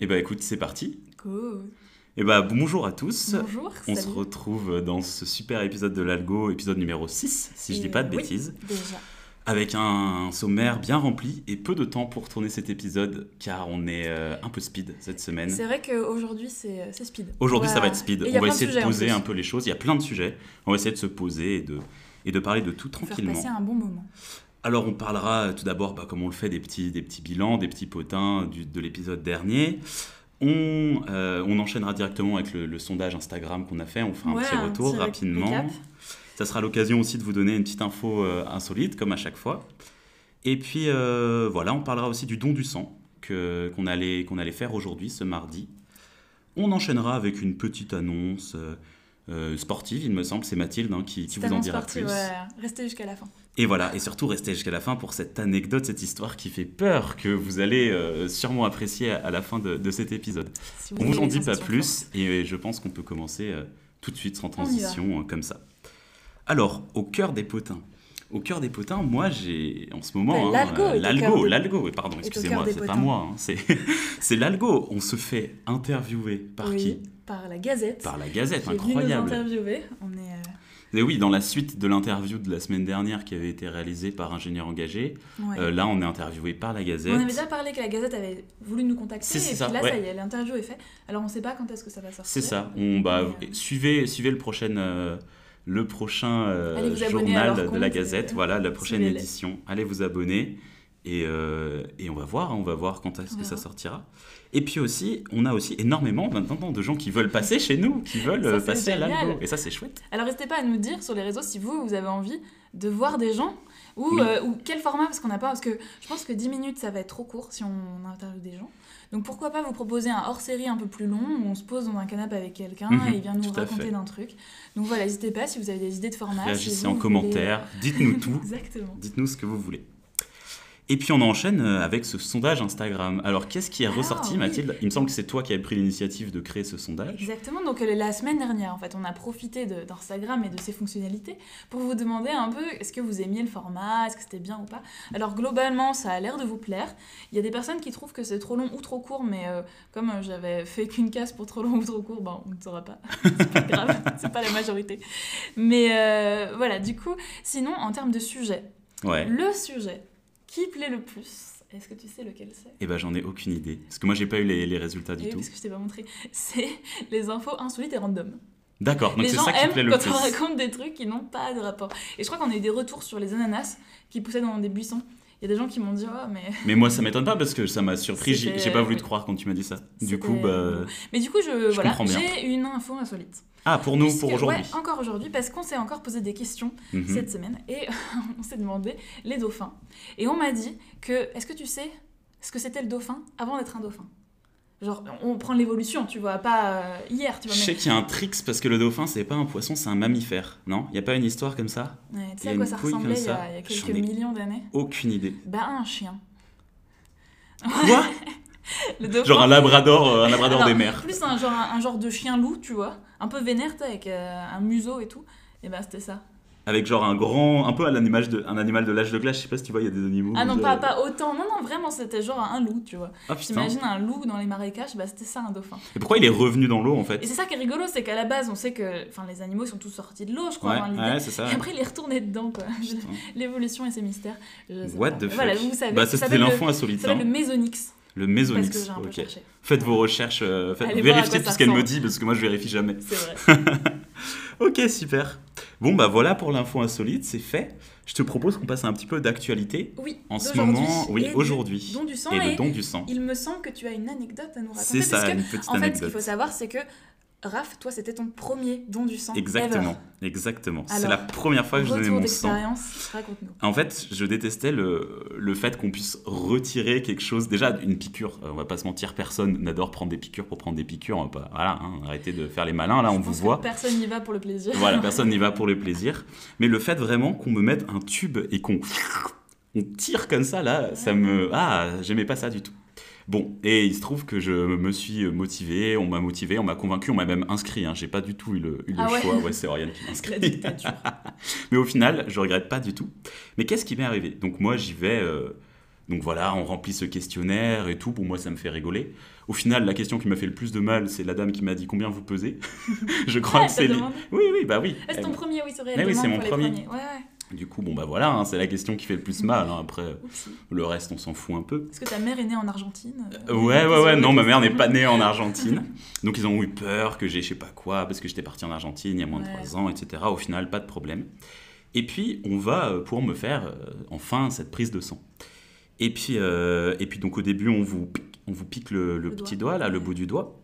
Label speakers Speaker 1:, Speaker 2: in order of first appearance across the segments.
Speaker 1: Eh ben écoute, c'est parti.
Speaker 2: Cool.
Speaker 1: Eh ben bonjour à tous.
Speaker 2: Bonjour,
Speaker 1: On se
Speaker 2: salut.
Speaker 1: retrouve dans ce super épisode de l'Algo, épisode numéro 6, si je
Speaker 2: Et
Speaker 1: dis pas de
Speaker 2: oui.
Speaker 1: bêtises,
Speaker 2: Déjà.
Speaker 1: avec un sommaire bien rempli et peu de temps pour tourner cet épisode car on est euh, un peu speed cette semaine.
Speaker 2: C'est vrai qu'aujourd'hui, c'est euh, c'est speed.
Speaker 1: Aujourd'hui, ça va
Speaker 2: Voilà.
Speaker 1: être speed.
Speaker 2: Et il y a
Speaker 1: On va
Speaker 2: plein
Speaker 1: essayer de
Speaker 2: sujets, en
Speaker 1: poser
Speaker 2: plus.
Speaker 1: un peu les choses. Il y a plein de sujets. On va essayer de se poser et de, et de parler de tout
Speaker 2: Faire
Speaker 1: tranquillement.
Speaker 2: passer un bon moment.
Speaker 1: Alors, on parlera euh, tout d'abord, bah, comme on le fait, des petits, des petits bilans, des petits potins du- de l'épisode dernier. On, euh, on enchaînera directement avec le, le sondage Instagram qu'on a fait. On fera un
Speaker 2: Ouais,
Speaker 1: petit
Speaker 2: un
Speaker 1: retour
Speaker 2: petit ré-
Speaker 1: rapidement.
Speaker 2: récap.
Speaker 1: Ça sera l'occasion aussi de vous donner une petite info euh, insolite, comme à chaque fois. Et puis, euh, voilà, on parlera aussi du don du sang que- qu'on allait, qu'on allait faire aujourd'hui, ce mardi. On enchaînera avec une petite annonce euh, euh, sportive, il me semble. C'est Mathilde hein, qui, qui
Speaker 2: C'est
Speaker 1: vous en
Speaker 2: tellement
Speaker 1: dira
Speaker 2: sportif,
Speaker 1: plus.
Speaker 2: ouais. Restez jusqu'à la fin.
Speaker 1: Et voilà, et surtout restez jusqu'à la fin pour cette anecdote, cette histoire qui fait peur, que vous allez euh, sûrement apprécier à, à la fin de, de cet épisode.
Speaker 2: Si
Speaker 1: On vous
Speaker 2: voulez
Speaker 1: en
Speaker 2: des
Speaker 1: dit pas
Speaker 2: sensations fortes.
Speaker 1: plus, et je pense qu'on peut commencer euh, tout de suite sans
Speaker 2: On y va.
Speaker 1: transition, euh, comme ça. Alors, au cœur des potins. Au cœur des potins, moi j'ai en ce moment
Speaker 2: Bah,
Speaker 1: hein,
Speaker 2: l'algo est au cœur
Speaker 1: l'algo,
Speaker 2: des-
Speaker 1: l'algo, oui, pardon,
Speaker 2: au
Speaker 1: excusez-moi,
Speaker 2: cœur des
Speaker 1: c'est pas
Speaker 2: potins.
Speaker 1: moi, hein, c'est c'est l'algo. On se fait interviewer par
Speaker 2: Oui,
Speaker 1: qui
Speaker 2: Par la Gazette.
Speaker 1: Par la Gazette,
Speaker 2: qui est venue nous
Speaker 1: incroyable.
Speaker 2: interviewer. On est. euh,
Speaker 1: Et oui, dans la suite de l'interview de la semaine dernière qui avait été réalisée par Ingénieur Engagé,
Speaker 2: ouais.
Speaker 1: euh, là on est interviewé par la Gazette.
Speaker 2: On avait déjà parlé que la Gazette avait voulu nous contacter.
Speaker 1: C'est- c'est
Speaker 2: et
Speaker 1: ça,
Speaker 2: puis là, ça
Speaker 1: ouais.
Speaker 2: y est, l'interview est faite. Alors, on sait pas quand est-ce que ça va sortir.
Speaker 1: C'est ça. On, bah,
Speaker 2: Mais, euh,
Speaker 1: suivez, suivez le prochain, euh, le prochain euh,
Speaker 2: Allez vous abonner à leur
Speaker 1: journal de la
Speaker 2: compte,
Speaker 1: Gazette.
Speaker 2: euh,
Speaker 1: voilà, la prochaine
Speaker 2: suivez-les.
Speaker 1: édition. Allez vous abonner. Et, euh, et on va voir, hein, on va voir quand est-ce
Speaker 2: On
Speaker 1: que ça
Speaker 2: verra.
Speaker 1: sortira. Et puis aussi, on a aussi énormément maintenant de gens qui veulent passer chez nous, qui veulent
Speaker 2: Ça,
Speaker 1: euh,
Speaker 2: c'est
Speaker 1: passer à l'algo.
Speaker 2: génial.
Speaker 1: Et ça, c'est chouette.
Speaker 2: Alors n'hésitez pas à nous dire sur les réseaux si vous, vous avez envie de voir des gens ou,
Speaker 1: Oui.
Speaker 2: euh, ou quel format parce qu'on n'a pas parce que je pense que 10 minutes ça va être trop court si on interviewe des gens. Donc pourquoi pas vous proposer un hors-série un peu plus long où on se pose dans un canapé avec quelqu'un
Speaker 1: Mhm,
Speaker 2: et il vient nous
Speaker 1: tout à fait.
Speaker 2: raconter d'un truc. Donc voilà, n'hésitez pas si vous avez des idées de format. Ah, si
Speaker 1: Réagissez
Speaker 2: vous
Speaker 1: en
Speaker 2: voulez- euh,
Speaker 1: commentaire, dites-nous tout.
Speaker 2: Exactement.
Speaker 1: Dites-nous ce que vous voulez. Et puis on enchaîne euh, avec ce sondage Instagram. Alors qu'est-ce qui est
Speaker 2: Ah,
Speaker 1: ressorti,
Speaker 2: oui.
Speaker 1: Mathilde Il me semble que c'est toi qui as pris l'initiative de créer ce sondage.
Speaker 2: Exactement, donc euh, la semaine dernière, en fait, on a profité de- d'Instagram et de ses fonctionnalités pour vous demander un peu est-ce que vous aimiez le format, est-ce que c'était bien ou pas. Alors globalement, ça a l'air de vous plaire. Il y a des personnes qui trouvent que c'est trop long ou trop court, mais euh, comme euh, j'avais fait qu'une case pour trop long ou trop court, ben, on ne saura pas. c'est pas grave, c'est pas la majorité. Mais euh, voilà, du coup, sinon, en termes de sujet,
Speaker 1: Ouais.
Speaker 2: le sujet qui plaît le plus, est-ce que tu sais lequel c'est
Speaker 1: Eh ben j'en ai aucune idée. Parce que moi j'ai pas eu les, les résultats
Speaker 2: Eh
Speaker 1: du
Speaker 2: oui,
Speaker 1: tout.
Speaker 2: parce que je t'ai pas montré. C'est les infos insolites et random.
Speaker 1: D'accord, donc
Speaker 2: les
Speaker 1: c'est
Speaker 2: gens
Speaker 1: ça qui
Speaker 2: aiment
Speaker 1: te plaît le
Speaker 2: quand
Speaker 1: plus.
Speaker 2: on raconte des trucs qui n'ont pas de rapport. Et je crois qu'on a eu des retours sur les ananas qui poussaient dans des buissons. Il y a des gens qui m'ont dit oh, mais
Speaker 1: Mais moi ça m'étonne pas parce que ça m'a surpris, j'ai
Speaker 2: C'était-
Speaker 1: j'ai pas voulu te
Speaker 2: oui.
Speaker 1: croire quand tu m'as dit ça. Du
Speaker 2: C'était-
Speaker 1: coup, bah...
Speaker 2: mais du coup je, voilà
Speaker 1: comprends bien.
Speaker 2: j'ai une info insolite.
Speaker 1: Ah, pour nous,
Speaker 2: Puisque-
Speaker 1: pour aujourd'hui.
Speaker 2: ouais, encore aujourd'hui parce qu'on s'est encore posé des questions
Speaker 1: Mhm.
Speaker 2: cette semaine et on s'est demandé les dauphins et on m'a dit que est-ce que tu sais ce que c'était le dauphin avant d'être un dauphin. Genre on prend l'évolution tu vois pas euh, hier tu
Speaker 1: Je
Speaker 2: vois mais
Speaker 1: sais qu'il y a un trix parce que le dauphin c'est pas un poisson, c'est un mammifère. Non Il y a pas une histoire comme ça
Speaker 2: Ouais, tu
Speaker 1: il y
Speaker 2: sais
Speaker 1: a
Speaker 2: à quoi
Speaker 1: une
Speaker 2: ça
Speaker 1: couille comme
Speaker 2: ressemblait il y
Speaker 1: ça.
Speaker 2: a, il y a
Speaker 1: J'en
Speaker 2: quelques
Speaker 1: ai-
Speaker 2: millions d'années
Speaker 1: Aucune idée.
Speaker 2: Bah un chien.
Speaker 1: Quoi
Speaker 2: Ah, Le dauphin,
Speaker 1: Genre un labrador, euh, un labrador
Speaker 2: Alors,
Speaker 1: des mers.
Speaker 2: Plus un genre, un genre de chien loup, tu vois, un peu vénère, t'as, avec euh, un museau et tout. Et ben c'était ça.
Speaker 1: Avec genre un grand, un peu à l'image de, un animal de l'âge de glace, je sais pas si tu vois, il y a des animaux.
Speaker 2: Ah non,
Speaker 1: de-
Speaker 2: pas, pas autant. Non, non, vraiment, c'était genre un loup, tu vois.
Speaker 1: Ah putain.
Speaker 2: T'imagines un loup dans les marécages, bah c'était ça un dauphin.
Speaker 1: Et pourquoi il est revenu dans l'eau en
Speaker 2: Et
Speaker 1: fait
Speaker 2: c'est ça qui est rigolo, c'est qu'à la base, on sait que enfin, les animaux ils sont tous sortis de l'eau, je crois.
Speaker 1: Ouais,
Speaker 2: hein, l'idée.
Speaker 1: ouais, c'est ça. Oh,
Speaker 2: Et après, il est retourné dedans, quoi. Je- L'évolution et ses mystères. Je sais
Speaker 1: What
Speaker 2: pas.
Speaker 1: the fuck
Speaker 2: Voilà, vous savez.
Speaker 1: Bah
Speaker 2: ça
Speaker 1: ça c'était
Speaker 2: s'appelle le-
Speaker 1: l'info
Speaker 2: Ça
Speaker 1: insolite.
Speaker 2: s'appelle
Speaker 1: hein.
Speaker 2: le mésonyx.
Speaker 1: Le
Speaker 2: Parce que
Speaker 1: Mésonyx.
Speaker 2: j'ai un peu
Speaker 1: Ok.
Speaker 2: cherché.
Speaker 1: Faites vos recherches, euh, faites-
Speaker 2: Allez voir à
Speaker 1: vérifiez
Speaker 2: quoi
Speaker 1: tout
Speaker 2: ça
Speaker 1: ce qu'elle me
Speaker 2: ressemble.
Speaker 1: dit parce que moi je vérifie jamais.
Speaker 2: C'est vrai.
Speaker 1: Ok, super. Bon bah voilà pour l'info insolite, c'est fait. Je te propose qu'on passe à un petit peu d'actualité
Speaker 2: Oui,
Speaker 1: en ce
Speaker 2: d'aujourd'hui
Speaker 1: moment. Oui,
Speaker 2: et du
Speaker 1: aujourd'hui.
Speaker 2: don du sang
Speaker 1: Et
Speaker 2: et
Speaker 1: le don du sang.
Speaker 2: il me semble que tu as une anecdote à nous raconter.
Speaker 1: C'est
Speaker 2: parce
Speaker 1: ça,
Speaker 2: que
Speaker 1: une petite
Speaker 2: En fait, ce qu'il faut
Speaker 1: anecdote.
Speaker 2: savoir, c'est que Raph, toi, c'était ton premier don du sang.
Speaker 1: Exactement, exactement. C'est
Speaker 2: Alors,
Speaker 1: la première fois
Speaker 2: Ever.
Speaker 1: que je donnais
Speaker 2: Retour
Speaker 1: mon sang.
Speaker 2: d'expérience, raconte-nous.
Speaker 1: En fait, je détestais le, le fait qu'on puisse retirer quelque chose. Déjà, une piqûre, euh, on va pas se mentir, personne n'adore prendre des piqûres pour prendre des piqûres. On va pas, voilà, hein, arrêtez de faire les malins, là, on
Speaker 2: Je
Speaker 1: vous
Speaker 2: pense que
Speaker 1: voit.
Speaker 2: Personne n'y va pour le plaisir.
Speaker 1: Voilà, personne n'y va pour le plaisir. Mais le fait vraiment qu'on me mette un tube et qu'on on tire comme ça, là, ça me... Ah, j'aimais pas ça du tout. Bon, et il se trouve que je me suis motivé, on m'a motivé, on m'a convaincu, on m'a même inscrit. hein. J'ai pas du tout eu le, eu le
Speaker 2: Ah ouais.
Speaker 1: choix. Ouais, c'est Oriane qui m'a
Speaker 2: La
Speaker 1: inscrit.
Speaker 2: dictature.
Speaker 1: Mais au final, je regrette pas du tout. Mais qu'est-ce qui m'est arrivé Donc moi, j'y vais euh, Donc voilà, on remplit ce questionnaire et tout. Pour moi, ça me fait rigoler. Au final, la question qui m'a fait le plus de mal, c'est la dame qui m'a dit combien vous pesez. je crois
Speaker 2: Ah,
Speaker 1: que
Speaker 2: elle t'a
Speaker 1: c'est. les-
Speaker 2: demandé
Speaker 1: Oui, oui, bah oui.
Speaker 2: Ah, c'est
Speaker 1: Elle-
Speaker 2: ton premier, oui, c'est vrai.
Speaker 1: Eh
Speaker 2: elle
Speaker 1: oui, c'est
Speaker 2: demande
Speaker 1: mon
Speaker 2: pour les
Speaker 1: premier.
Speaker 2: premiers. Ouais, ouais.
Speaker 1: Du coup, bon bah voilà, hein, c'est la question qui fait le plus mal. hein. Après,
Speaker 2: Oupsie.
Speaker 1: le reste, on s'en fout un peu.
Speaker 2: Est-ce que ta mère est née en Argentine
Speaker 1: Euh, Ouais, ouais, ouais, non, ma mère n'est pas née en Argentine. Donc ils ont eu peur que j'ai je sais pas quoi, parce que j'étais parti en Argentine il y a moins de
Speaker 2: Ouais.
Speaker 1: 3 ans, etc. Au final, pas de problème. Et puis, on va euh, pour me faire euh, enfin cette prise de sang. Et puis, euh, et puis donc au début, on vous pique, on vous pique le, le
Speaker 2: Le
Speaker 1: petit
Speaker 2: doigt.
Speaker 1: doigt, là, le bout du doigt,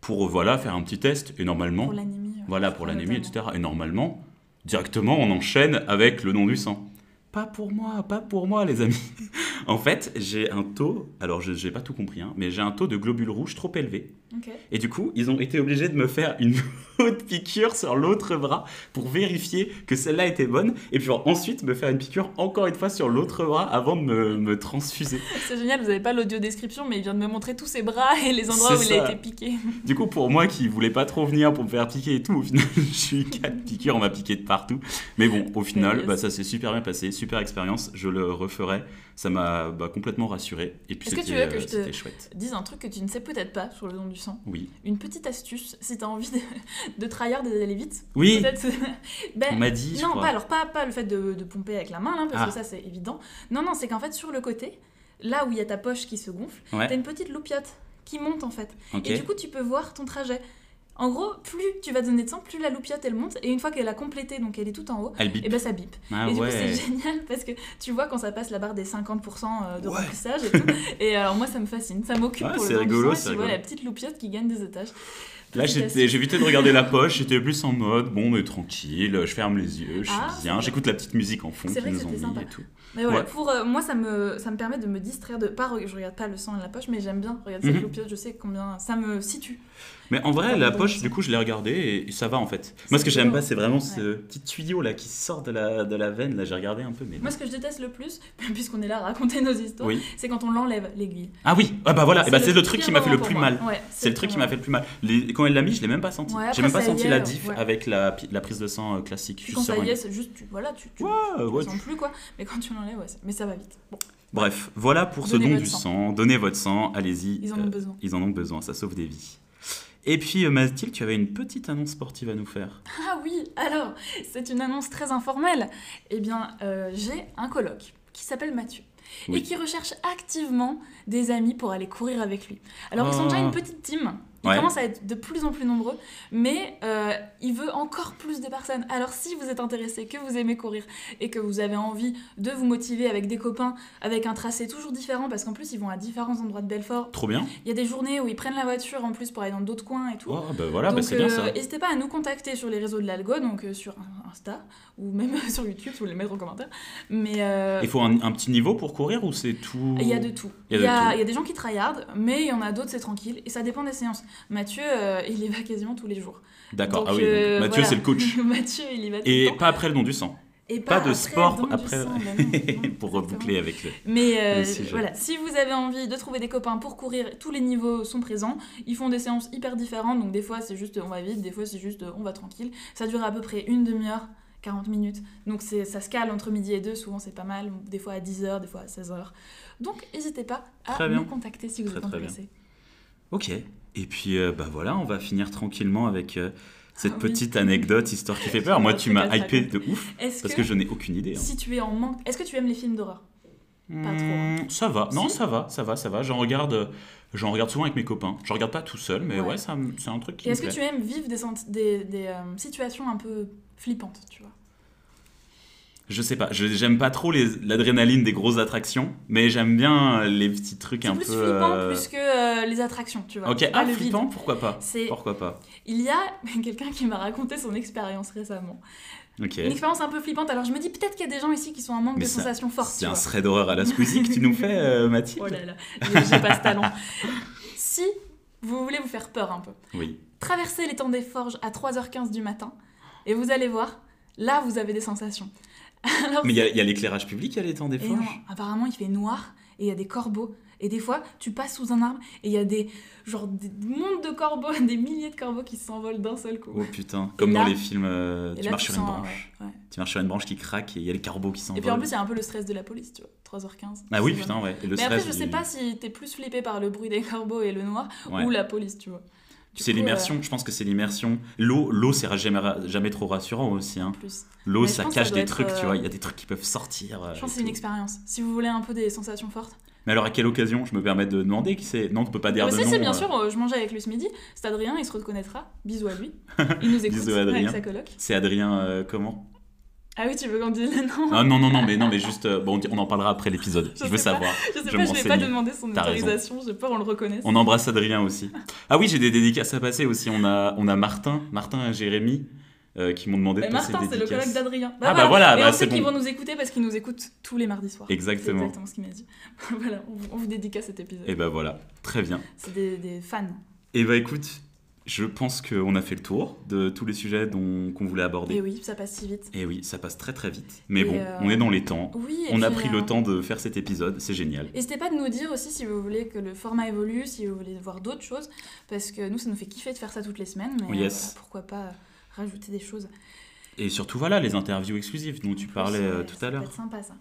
Speaker 1: pour euh, voilà, faire un petit test. Et normalement,
Speaker 2: Pour l'anémie. euh,
Speaker 1: voilà,
Speaker 2: je
Speaker 1: pour
Speaker 2: crois,
Speaker 1: l'anémie,
Speaker 2: notamment.
Speaker 1: etc. Et normalement, directement, on enchaîne avec le nom du sang. Pas pour moi, pas pour moi, les amis. en fait, j'ai un taux, alors je n'ai pas tout compris, hein, mais j'ai un taux de globules rouges trop élevé.
Speaker 2: Ok.
Speaker 1: Et du coup, ils ont été obligés de me faire une autre piqûre sur l'autre bras pour vérifier que celle-là était bonne. Et puis ensuite, me faire une piqûre encore une fois sur l'autre bras avant de me, me transfuser.
Speaker 2: C'est génial, vous n'avez pas l'audio description, mais il vient de me montrer tous ses bras et les endroits
Speaker 1: C'est
Speaker 2: où il a
Speaker 1: ça.
Speaker 2: été piqué.
Speaker 1: Du coup, pour moi qui voulais pas trop venir pour me faire piquer et tout, au final, j'ai eu quatre piqûres, on m'a piqué de partout. Mais bon, au final,
Speaker 2: yes.
Speaker 1: bah, ça s'est super bien passé, super expérience, je le referai. Ça m'a bah, complètement rassuré. Et puis
Speaker 2: Est-ce que tu
Speaker 1: c'était
Speaker 2: veux que
Speaker 1: euh,
Speaker 2: je te-
Speaker 1: c'était chouette.
Speaker 2: Dis un truc que tu ne sais peut-être pas sur le don du sang.
Speaker 1: Oui.
Speaker 2: Une petite astuce, si tu as envie de, de tryhard et d'aller vite.
Speaker 1: Oui, Bah,
Speaker 2: peut-être-
Speaker 1: on
Speaker 2: ben,
Speaker 1: m'a dit, je
Speaker 2: non,
Speaker 1: crois.
Speaker 2: pas, alors pas, pas le fait de, de pomper avec la main, là, parce
Speaker 1: Ah.
Speaker 2: que ça c'est évident. Non, non, c'est qu'en fait sur le côté, là où il y a ta poche qui se gonfle,
Speaker 1: Ouais.
Speaker 2: t'as une petite loupiote qui monte en fait.
Speaker 1: Ah. Ok.
Speaker 2: Et du coup, tu peux voir ton trajet. En gros, plus tu vas donner de sang, plus la loupiote elle monte, et une fois qu'elle a complété, donc elle est tout en haut,
Speaker 1: Elle bip.
Speaker 2: et ben ça bip.
Speaker 1: Ah
Speaker 2: et du coup,
Speaker 1: ouais.
Speaker 2: c'est génial parce que tu vois quand ça passe la barre des 50% euh, de
Speaker 1: Ouais.
Speaker 2: remplissage et tout. et alors, moi ça me fascine, ça m'occupe
Speaker 1: Ouais,
Speaker 2: pour
Speaker 1: c'est
Speaker 2: le temps du
Speaker 1: rigolo,
Speaker 2: sang, et
Speaker 1: c'est
Speaker 2: Tu vois
Speaker 1: rigolo.
Speaker 2: la petite loupiote qui gagne des étages.
Speaker 1: Là,
Speaker 2: Petite
Speaker 1: j'étais- j'évitais de regarder la poche, j'étais plus en mode, bon, mais tranquille, je ferme les yeux, je suis
Speaker 2: Ah,
Speaker 1: bien, j'écoute la petite musique en fond
Speaker 2: C'est
Speaker 1: qu'ils
Speaker 2: vrai que
Speaker 1: nous ont mis
Speaker 2: c'était sympa.
Speaker 1: et tout.
Speaker 2: Mais voilà,
Speaker 1: Ouais.
Speaker 2: pour euh, moi, ça me, ça me permet de me distraire de. Pas, re- je regarde pas le sang et la poche, mais j'aime bien regarder cette
Speaker 1: Mhm.
Speaker 2: loupiote, je sais combien. Ça me situe.
Speaker 1: Mais en vrai,
Speaker 2: Comme
Speaker 1: la
Speaker 2: dans
Speaker 1: poche,
Speaker 2: le
Speaker 1: du coup, je l'ai regardée et- et ça va en fait. Moi, ce que j'aime
Speaker 2: rigolo.
Speaker 1: pas, c'est vraiment ce petit tuyau là qui sort de la, de la veine. Là, j'ai regardé un peu, mais.
Speaker 2: Moi, ce que je déteste le plus, puisqu'on est là à raconter nos histoires,
Speaker 1: Oui.
Speaker 2: c'est quand on l'enlève, l'aiguille.
Speaker 1: Ah oui, ah bah voilà,
Speaker 2: C'est
Speaker 1: Eh bah, c'est le, truc
Speaker 2: pire
Speaker 1: qui m'a fait le
Speaker 2: moment
Speaker 1: plus
Speaker 2: pour moi.
Speaker 1: mal.
Speaker 2: Ouais,
Speaker 1: C'est le truc qui
Speaker 2: pire
Speaker 1: m'a fait le plus mal. Les- Quand elle l'a mis, je l'ai même pas senti.
Speaker 2: Ouais, après,
Speaker 1: j'ai même pas
Speaker 2: ça y
Speaker 1: senti
Speaker 2: est,
Speaker 1: la
Speaker 2: euh,
Speaker 1: diff
Speaker 2: ouais.
Speaker 1: avec la, pi- la prise de sang euh, classique.
Speaker 2: Puis
Speaker 1: juste
Speaker 2: quand ça
Speaker 1: sur
Speaker 2: y
Speaker 1: une-
Speaker 2: est, c'est juste, tu, voilà, tu, tu,
Speaker 1: Ouais,
Speaker 2: tu
Speaker 1: ouais,
Speaker 2: sens plus quoi. Mais quand tu l'enlèves, ouais, c'est- mais ça va vite. Bon,
Speaker 1: Bref, voilà pour
Speaker 2: Donnez
Speaker 1: ce don
Speaker 2: votre
Speaker 1: du
Speaker 2: sang.
Speaker 1: sang. Donnez votre sang, allez-y.
Speaker 2: ils en
Speaker 1: euh,
Speaker 2: ont besoin.
Speaker 1: ils en ont besoin, ça sauve des vies. Et puis, euh, Mathilde, tu avais une petite annonce sportive à nous faire.
Speaker 2: Ah oui, alors, c'est une annonce très informelle. Eh bien, euh, j'ai un colloque qui s'appelle Mathieu. Et
Speaker 1: Oui.
Speaker 2: qui recherche activement des amis pour aller courir avec lui. Alors, ils sont déjà
Speaker 1: Ah.
Speaker 2: une petite team. Ils
Speaker 1: Ouais.
Speaker 2: commencent à être de plus en plus nombreux. Mais euh, il veut encore plus de personnes. Alors, si vous êtes intéressé, que vous aimez courir et que vous avez envie de vous motiver avec des copains, avec un tracé toujours différent, parce qu'en plus, ils vont à différents endroits de Belfort.
Speaker 1: Trop bien.
Speaker 2: Il y a des journées où ils prennent la voiture en plus pour aller dans d'autres coins et tout.
Speaker 1: Oh, bah voilà, bah,
Speaker 2: Donc,
Speaker 1: c'est bien ça.
Speaker 2: euh, n'hésitez pas à nous contacter sur les réseaux de l'Algo, donc euh, sur Insta ou même sur YouTube, si vous voulez le mettre en commentaire. Mais euh,
Speaker 1: Il faut un, un petit niveau pour courir ou c'est tout
Speaker 2: il y a de tout.
Speaker 1: Il y a de tout.
Speaker 2: il y a des gens qui tryhardent, mais il y en a d'autres, c'est tranquille. Et ça dépend des séances. Mathieu, euh, il y va quasiment tous les jours.
Speaker 1: D'accord,
Speaker 2: Donc,
Speaker 1: ah oui, donc
Speaker 2: euh,
Speaker 1: Mathieu
Speaker 2: voilà.
Speaker 1: c'est le coach.
Speaker 2: Mathieu, il y va tout le
Speaker 1: Et
Speaker 2: temps.
Speaker 1: pas après le don du sang,
Speaker 2: Et
Speaker 1: pas, de
Speaker 2: après,
Speaker 1: sport
Speaker 2: dans du
Speaker 1: après.
Speaker 2: sang, bah non, non,
Speaker 1: pour
Speaker 2: exactement.
Speaker 1: reboucler avec le.
Speaker 2: Mais euh,
Speaker 1: Le sujet.
Speaker 2: voilà, si vous avez envie de trouver des copains pour courir, tous les niveaux sont présents. Ils font des séances hyper différentes, donc des fois c'est juste euh, on va vite, des fois c'est juste euh, on va tranquille. Ça dure à peu près une demi-heure, 40 minutes. Donc c'est ça se cale entre midi et deux, souvent c'est pas mal, des fois à 10h, des fois à 16h. Donc n'hésitez pas à
Speaker 1: Très bien.
Speaker 2: nous contacter si vous
Speaker 1: Très,
Speaker 2: êtes
Speaker 1: très bien.
Speaker 2: intéressé.
Speaker 1: Ok. Et puis euh, bah voilà, on va finir tranquillement avec euh, cette
Speaker 2: Ah oui.
Speaker 1: petite anecdote histoire qui fait peur.
Speaker 2: Je
Speaker 1: Moi,
Speaker 2: sais
Speaker 1: tu
Speaker 2: pas
Speaker 1: m'as
Speaker 2: te
Speaker 1: hypé
Speaker 2: raconter.
Speaker 1: de ouf
Speaker 2: Est-ce
Speaker 1: parce
Speaker 2: que,
Speaker 1: que je n'ai aucune idée. hein.
Speaker 2: si tu es en manque, est-ce que tu aimes les films d'horreur pas hein.
Speaker 1: Hmm, ça va, non,
Speaker 2: Si.
Speaker 1: ça va, ça va, ça va. J'en regarde, euh, j'en regarde souvent avec mes copains. Je regarde pas tout seul, mais
Speaker 2: Ouais.
Speaker 1: ouais, ça me- c'est un truc qui
Speaker 2: Et
Speaker 1: me
Speaker 2: est-ce que
Speaker 1: plaît.
Speaker 2: tu aimes vivre des, sent- des, des, euh, situations un peu flippantes, tu vois
Speaker 1: Je sais pas, je- j'aime pas trop les- l'adrénaline des grosses attractions, mais j'aime bien les petits trucs
Speaker 2: C'est
Speaker 1: un
Speaker 2: plus
Speaker 1: peu.
Speaker 2: flippant
Speaker 1: euh,
Speaker 2: plus que euh, les attractions, tu vois.
Speaker 1: Ok,
Speaker 2: Pas
Speaker 1: ah,
Speaker 2: le vide.
Speaker 1: flippant, pourquoi pas
Speaker 2: C'est
Speaker 1: Pourquoi pas
Speaker 2: il y a quelqu'un qui m'a raconté son expérience récemment.
Speaker 1: Ok.
Speaker 2: Une expérience un peu flippante. Alors je me dis peut-être qu'il y a des gens ici qui sont en manque
Speaker 1: Mais
Speaker 2: de
Speaker 1: ça-
Speaker 2: sensations fortes.
Speaker 1: C'est
Speaker 2: tu
Speaker 1: un
Speaker 2: vois.
Speaker 1: thread d'horreur à la Squeezie que tu nous fais, euh, Mathilde
Speaker 2: Oh là là, j'ai j'ai pas ce talent. Si vous voulez vous faire peur un peu,
Speaker 1: Oui.
Speaker 2: traversez l'étang des forges à 3h15 du matin et vous allez voir, là vous avez des sensations. Alors,
Speaker 1: Mais il y a, il y a l'éclairage public à l'étang des
Speaker 2: et non,
Speaker 1: forges
Speaker 2: apparemment il fait noir et il y a des corbeaux Et des fois, tu passes sous un arbre et il y a des genre des mondes de corbeaux, des milliers de corbeaux qui s'envolent d'un seul coup.
Speaker 1: Oh putain, comme
Speaker 2: Et
Speaker 1: dans
Speaker 2: là-
Speaker 1: les films, euh,
Speaker 2: Et
Speaker 1: tu
Speaker 2: là,
Speaker 1: marches sur une
Speaker 2: sens-
Speaker 1: branche.
Speaker 2: ouais, ouais.
Speaker 1: Tu marches sur une branche qui craque et il y a les carbots qui s'envolent.
Speaker 2: Et puis en plus, il y a un peu le stress de la police, tu vois. 3h15.
Speaker 1: ah oui,
Speaker 2: c'est
Speaker 1: putain, ouais. Et le
Speaker 2: Mais après,
Speaker 1: stress
Speaker 2: je
Speaker 1: du-
Speaker 2: sais pas si t'es plus flippé par le bruit des corbeaux et le noir
Speaker 1: Ouais.
Speaker 2: ou la euh, police, tu vois. Du
Speaker 1: C'est
Speaker 2: coup,
Speaker 1: l'immersion, je pense que c'est l'immersion. L'eau, l'eau, c'est jamais, jamais trop rassurant aussi. hein.
Speaker 2: euh, plus.
Speaker 1: L'eau,
Speaker 2: Mais je
Speaker 1: ça
Speaker 2: pense que ça
Speaker 1: cache
Speaker 2: doit
Speaker 1: des
Speaker 2: être,
Speaker 1: trucs, tu
Speaker 2: euh,
Speaker 1: vois. Il y a des trucs qui peuvent sortir. euh,
Speaker 2: Je pense
Speaker 1: et
Speaker 2: que c'est une
Speaker 1: tout.
Speaker 2: expérience. Si vous voulez un peu des sensations fortes.
Speaker 1: Mais alors, à quelle occasion Je me permets de demander qui c'est. Non, tu peux pas dire
Speaker 2: Ah, mais
Speaker 1: de
Speaker 2: si,
Speaker 1: nom.
Speaker 2: si, bien
Speaker 1: euh,
Speaker 2: sûr, euh, je mangeais avec lui ce midi. C'est Adrien, il se reconnaîtra. Bisous à lui. Il nous écoute
Speaker 1: Bisous à Adrien.
Speaker 2: avec sa coloc.
Speaker 1: C'est Adrien, euh, comment
Speaker 2: Ah oui, tu veux qu'on dise le nom
Speaker 1: ah, Non, non, non, mais non, mais juste, euh, bon, on dit- on en parlera après l'épisode.
Speaker 2: Je
Speaker 1: Je veux
Speaker 2: sais pas.
Speaker 1: savoir.
Speaker 2: Je
Speaker 1: je
Speaker 2: sais pas, je vais pas
Speaker 1: m'enseigne.
Speaker 2: demander son
Speaker 1: T'as raison.
Speaker 2: autorisation, j'ai peur on le reconnaisse.
Speaker 1: On embrasse Adrien aussi. Ah oui, j'ai des dédicaces à passer aussi. On a, on a Martin, Martin et Jérémy euh, qui m'ont demandé
Speaker 2: Mais
Speaker 1: de passer
Speaker 2: Martin,
Speaker 1: des
Speaker 2: c'est le
Speaker 1: dédicaces.
Speaker 2: coloc d'Adrien. Bah,
Speaker 1: Ah bah voilà,
Speaker 2: Mais
Speaker 1: bah
Speaker 2: on
Speaker 1: c'est
Speaker 2: sait qu'ils
Speaker 1: bon.
Speaker 2: vont nous écouter parce qu'ils nous écoutent tous les mardis soirs. C'est
Speaker 1: Exactement.
Speaker 2: exactement ce qu'il m'a dit. voilà, on on vous dédicace cet épisode.
Speaker 1: Et ben voilà, très bien.
Speaker 2: C'est des, des fans.
Speaker 1: Et ben écoute, je pense qu'on a fait le tour de tous les sujets dont qu'on voulait aborder.
Speaker 2: Et oui, ça passe si vite.
Speaker 1: Et oui, ça passe très très vite. Mais
Speaker 2: Et
Speaker 1: bon,
Speaker 2: euh,
Speaker 1: on est dans les temps.
Speaker 2: Oui, et
Speaker 1: On a
Speaker 2: puis,
Speaker 1: pris
Speaker 2: euh,
Speaker 1: le temps de faire cet épisode, c'est génial.
Speaker 2: N'hésitez pas de nous dire aussi si vous voulez que le format évolue, si vous voulez voir d'autres choses, parce que nous, ça nous fait kiffer de faire ça toutes les semaines, mais
Speaker 1: Oui, Oh, yes.
Speaker 2: euh, voilà, pourquoi pas rajouter des choses.
Speaker 1: Et surtout, voilà, les interviews exclusives dont tu parlais
Speaker 2: Ça-
Speaker 1: euh, tout
Speaker 2: ça
Speaker 1: à
Speaker 2: peut
Speaker 1: l'heure.
Speaker 2: être sympa ça.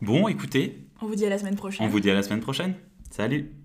Speaker 1: Bon, écoutez,
Speaker 2: On vous dit à la semaine
Speaker 1: on
Speaker 2: prochaine.
Speaker 1: vous dit à la semaine prochaine. Salut